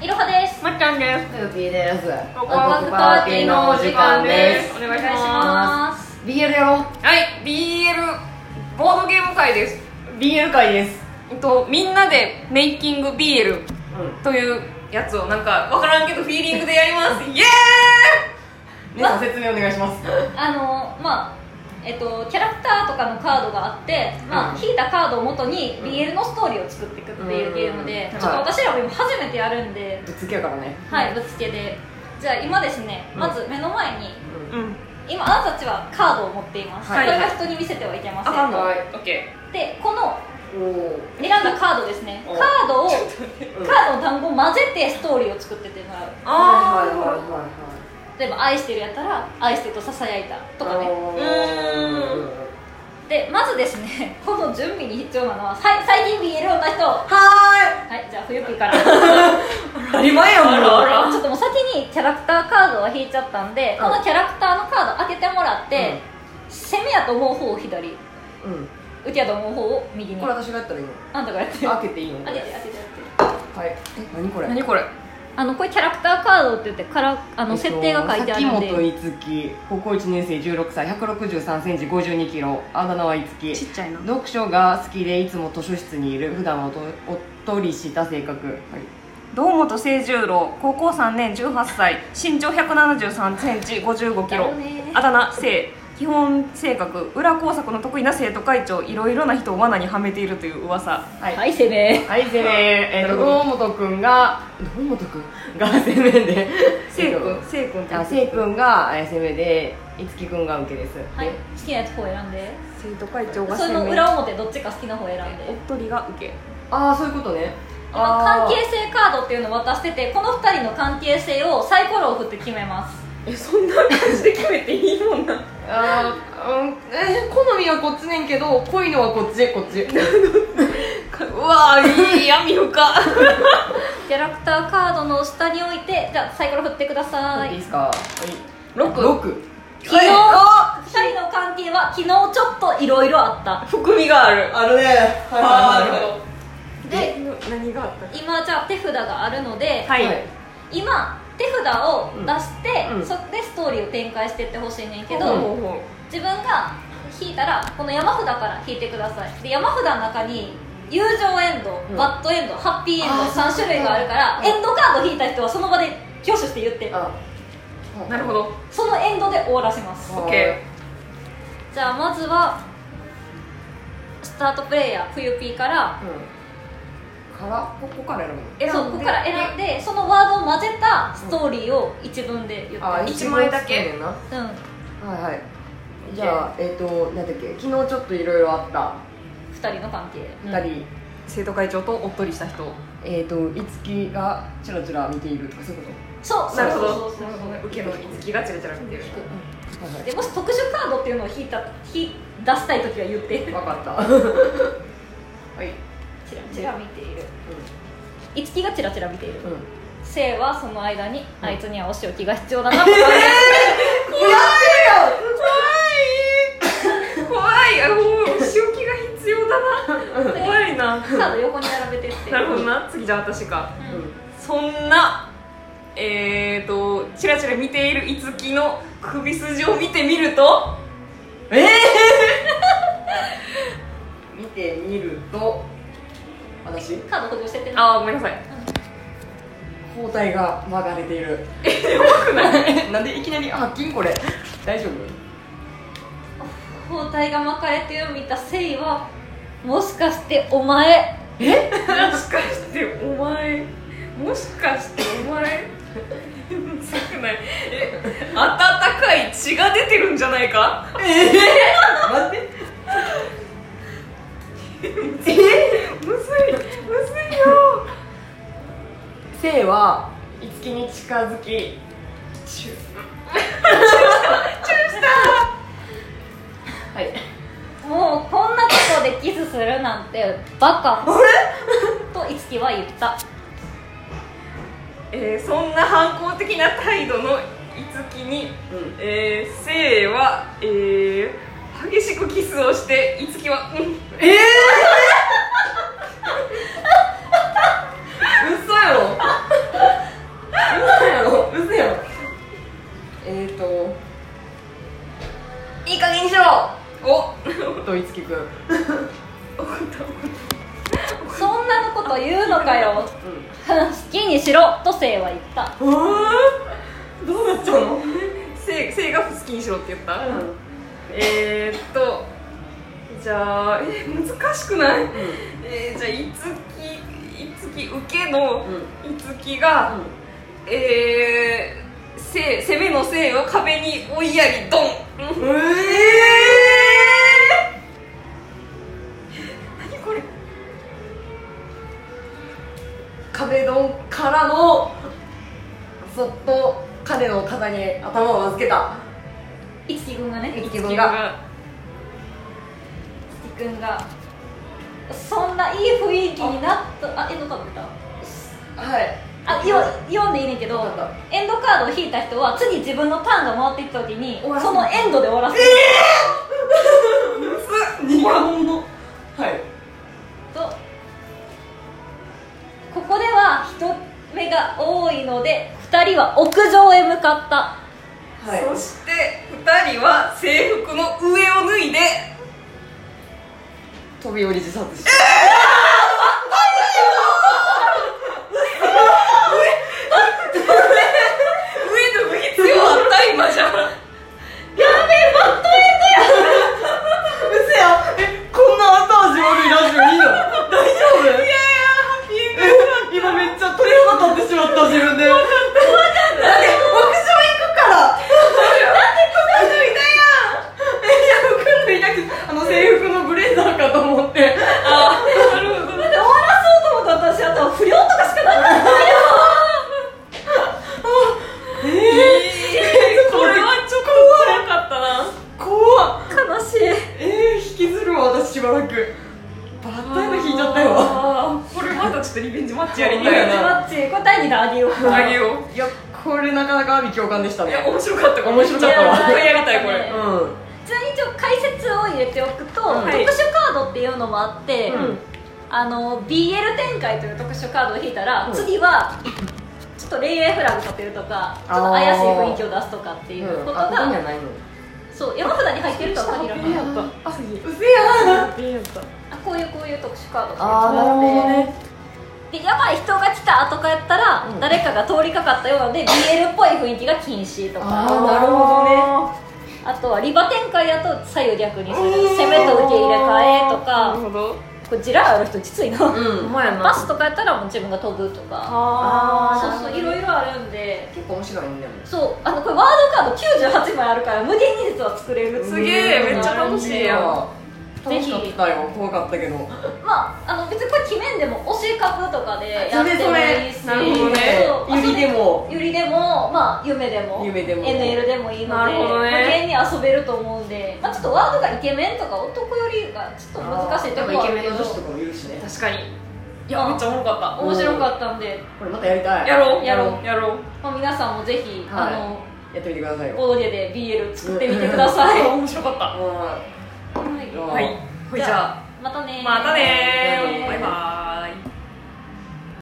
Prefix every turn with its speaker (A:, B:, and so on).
A: いろはです
B: まっちゃんです
C: ふうぴーです
B: ワク
A: ワ
B: ワ
A: ク
B: ク
A: パ
B: パ
A: ー
B: ー
A: テ
B: テ
A: ィ
B: ィ
A: ー
B: ー
A: の
B: の
A: お
B: お
A: 時
B: 時
A: 間
B: 間
A: で
B: ですす
A: お
B: お
A: 願
B: 願
A: い
B: い
A: し
B: し
A: ま
B: ます
C: BL やろう
B: はい BL ボードゲーム会です
D: BL 会です
B: えっとみんなでメイキング BL というやつをなんか分からんけどフィーリングでやりますイエーイ
D: 皆さん説明お願いします
A: あのまあえっと、キャラクターとかのカードがあって、まあ
C: うん
A: 引いたカードを元に BL のストーリーを作っていくっていうゲームで、
C: うん
A: ちょっと私らも今初めてやるんで、
C: ぶっつけやからね
A: はいぶっつけでじゃあ今ですね、
C: うん
A: まず目の前に
B: うん
A: 今あなたたちはカードを持っています、
B: はい
A: これは人に見せてはいけませ
B: あかん
A: ん
B: の
C: はい
B: OK
A: でこの
C: おお
A: 選んだカードですねカ
C: お
A: ードを
C: うん
A: カードの単語を混ぜてストーリーを作ってってもらう
C: はいはいはい
B: あ
C: は
A: 例えば「愛してる」やったら「愛してるとささやいた」とか
C: いはい
A: ね
C: お
B: う
C: ー
A: でまずですね この準備に必要なのはさい最近 BL をな人は
C: はい
A: いじゃあ冬ピーから ち
D: 当たり前やん
B: あらあら
A: ょっともう先にキャラクターカードは引いちゃったんで、このキャラクターのカード開けてもらって、攻めやと思う方を左
C: うん
A: 受けやと思う方を右に
C: これ私がやったらいいの
A: あんたがやって
C: 開けていいの
A: 開け
C: これ
A: て開けて開けて
C: はいえ何これ
B: 何これ
A: あのこれキャラクターカードって言ってからあの設定が書いてあるん
C: えっと
A: で
C: 崎本樹高校1年生16歳1 6 3センチ5 2キロあだ名はいつき
B: っちゃいな
C: 読書が好きでいつも図書室にいる普段はおとおっとりした性格はい
B: 堂本清十郎高校3年18歳身長1 7 3センチ5 5キ
A: だ
B: ロ
A: よね
B: あだ名聖基本性格裏工作の得意な生徒会長いろいろな人を罠にはめているという噂
C: はい
A: はい攻め
C: はい、攻め、えっと、堂本くんが、堂本くんが攻めで、
B: 聖君聖君って
C: あ、せいくんがえー攻めで、いつきくんが受けです。
A: はい好きなやつ方選んで
B: 生徒会長が
A: それ
B: 攻
A: の
B: め
A: 裏表どっちか好きな方選ん
B: おっ
A: で
B: とりが受け
C: ああ、そういうことね。
A: 今関
C: あー
A: 係性カードっていうのを渡しててこの2人の関係性をサイコロを振って決めます
B: えそんな感じで決めていいもんな
C: あー、うん、えー好みはこっちねんけど、濃いのはこっち、こっち。
B: うわーいい闇深
A: キャラクターカードの下に置いてじゃあサイコロ振ってくださ
C: いい
A: い
C: ですか。
B: 六
C: 六。
A: 昨日2人の関係は昨日ちょっといろいろあった
B: 含みがある
D: あるねはいはいはい
B: あー
A: で
B: で何があった
A: 今じゃあ手札があるので、
B: はい、
A: 今手札を出して、
C: うんうん
A: そこでストーリーを展開していってほしいねんけ
B: け
A: ど、
B: どうほ
A: 自分が引いたらこの山札から引いてくださいで山札の中に友情エンド、
C: うん
A: バッドエンドハッピーエンド
C: あー
A: 3種類があるからエンドカード引いた人はその場で挙手して言って
C: あ
B: う。なるほど
A: そのエンドで終わらせます
C: は
B: オ
C: い
B: ッケ
A: じゃあまずはスタートプレイヤー冬 P から
C: うん。から、ここから選
B: 選ん
C: ぶの。
B: で
A: そうここから選んでそのワードを混ぜたストーリーを一文で言
C: あ
A: っ
C: ー、
A: て
B: 一枚だけ
C: 一枚だ
A: うん2
C: な。はいはい。じゃあ、えっと、なんだっけ、昨日ちょっといろいろあった。
A: 人の関係
C: 二人。
B: ー生徒会長とおっとりした人
C: えー、といつきがチラチラ見ているとかそういうこ
A: そう
B: なるほど
A: そうそうそうそう
B: 受けのいつきがチラチラ見てる
C: とはいはい
A: でもし特殊カードっていうのを引いた引い出したい時は言って
C: 分かったはい
A: チラチラ見ている
C: う
A: いつきがチラチラ見ている
C: んうん
A: せいはその間にあいつにはお仕置きが必要だなとか
B: 怖い怖いあもう仕置きが必要だな
A: 言って
B: 怖いな
A: カード横に並べてって
B: なるほどな次じゃあ私か
A: うん
B: そんなえーとチラチラ見ているいつきの首筋を見てみると
C: ええー、見てみると私
A: カード補助しててな
B: ああごめんなさい
C: 包帯が曲がれているえなんでいきなり発金これ大丈夫
A: 包帯が巻かれてるのを見たせいはもしかしてお前
B: もしかしてお前もしかしてお前 うざくないえ温かい血が出てるんじゃないか
C: 待って
B: むずいむずいよ
C: せいはいつきに近づきチューチューしたはい
A: もうこんなとこでキスするなんてバカ といつきは言った
B: えーそんな反抗的な態度のいつきに、
C: うん
B: えー、せいは、えー激しくキスをしていつきは「うん
C: ええ ー、嘘やろくうん
A: そんなのこと言うのかよ好きにしろと生は言った
C: どうなっちゃうの
B: 性性が好きにしろって言った、えー、っとじゃあえー難しくない、えーじゃあいつきいつき受けのいつきが、
C: うん
B: えー、せ攻めのせいを壁に追いやりドン、
C: えー
B: 何これ
C: 壁ドンからのそっと彼の肩に頭を預けた
A: いつきくんがねい
C: 一
A: つ
C: 輝君が
A: きくんがそんないい雰囲気になったあエンドカード出た
C: はい
A: あよ読んでいいねんけど
C: わかっ
A: エンドカードを引いた人は次自分のターンが回っていった時に
C: 終わらせ
A: そ
C: る
A: のエンドで終わらせる、
C: 日本のはい
A: とここでは人目が多いので2人は屋上へ向かった
C: はい
B: そして2人は制服の上を脱いで
E: 飛び降り自殺して
B: 上脱ぐ必要あった今じゃん
E: えこんな後味悪いラジオいい の大丈夫いやいやえ今めっちゃ鳥肌立ってしまった自分で
C: 脱いだけあの制服のブレザーかと思って
A: だって終わらそうと思った私あと不良とかしかなかった
B: これはちょっと怖かったな
C: 怖っ
A: 悲しい
C: えー、引きずるわ私しばらくバッタイの引いちゃったよ
B: あーこれまたちょっとリベンジマッチやり
A: リ
B: た
A: ベン
B: い
A: ジ
B: な
A: マッチこれ第2弾あげよう
B: あげよう
C: いやこれなかなか阿炎共感でした
B: いや
C: ね
B: 面白かったこれ
C: 面白かったわ
B: ちょっとやりたいこれ
C: うん
A: ちなみに一応解説を入れておくと、
C: うん
A: 特殊カードっていうのもあって、
C: うん
A: あの BL 展開という特殊カードを引いたら、
C: うん
A: 次はちょっと恋愛フラグ立てるとかちょっと怪しい雰囲気を出すとかっていうこと
C: あここに
A: が、
C: はないの
A: そう山札に入ってるとは限らない
C: あうせやな
A: あこういうこういう特殊カードっていうの
C: あーなるほどね
A: でやばい人が来たとかやったら、
C: うん
A: 誰かが通りかかったようなので BL っぽい雰囲気が禁止とか
C: あーなるほ
A: あとはリバ展開だと左右逆にする
C: うん
A: 攻めと受け入れ替えと
B: なる
A: か
B: ほど
A: これジラある人実いな
C: うん
B: 前や
A: パスとかやったらもう自分が飛ぶとか
B: あ
A: そうそういろいろあるんで
C: 結構面白いんだよね
A: そうあのこれワードカード98枚あるから無限に実は作れる
B: すげえめっちゃ楽しいやん
C: 楽しかったよ怖かったけど
A: まああの別にこれ決めんでも推し株とかでやってもいいし
C: それそれなるほどね
A: そう
C: ゆりでも
A: ゆりでもまあ夢でも
C: 夢でも
A: NL でもいいので
B: なるほどね
A: まあ現に遊べると思うんで、まあ、ちょっとワードがイケメンとか男よりがちょっと難しいところはあるけど
C: かもいるしね
B: 確かにいやめっちゃおもろかっ
A: 面白かったんで、
C: これまたやりた
B: た
C: い
B: やろう
A: やろ
B: うやろう
A: まあ、皆さんもぜひ、
C: はい
A: あの
C: やってみてくださいよ
A: ボードゲで BL 作ってみてください、
B: あ
A: は
B: 面白かった
C: うん
A: い
C: うん
B: はいほいじゃあ
A: またねー
B: またね
C: ー
B: バイバイ